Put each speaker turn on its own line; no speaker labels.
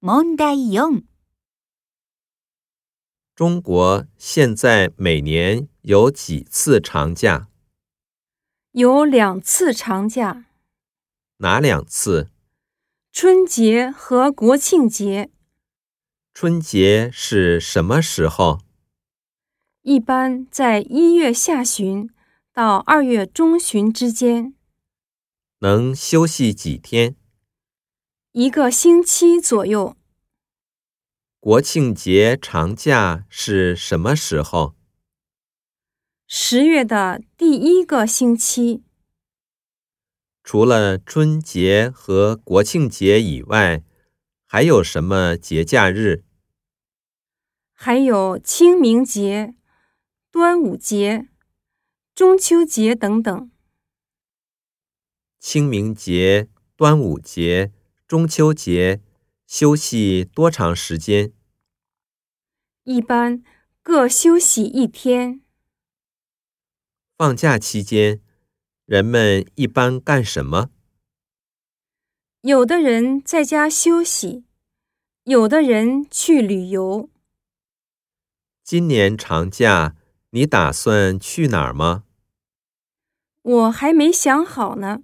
問題4
中国现在每年有几次长假？
有两次长假，
哪两次？
春节和国庆节，
春节是什么时候？
一般在一月下旬到二月中旬之间，
能休息几天？
一个星期左右。
国庆节长假是什么时候？
十月的第一个星期，
除了春节和国庆节以外，还有什么节假日？
还有清明节、端午节、中秋节等等。
清明节、端午节、中秋节休息多长时间？
一般各休息一天。
放假期间，人们一般干什么？
有的人在家休息，有的人去旅游。
今年长假你打算去哪儿吗？
我还没想好呢。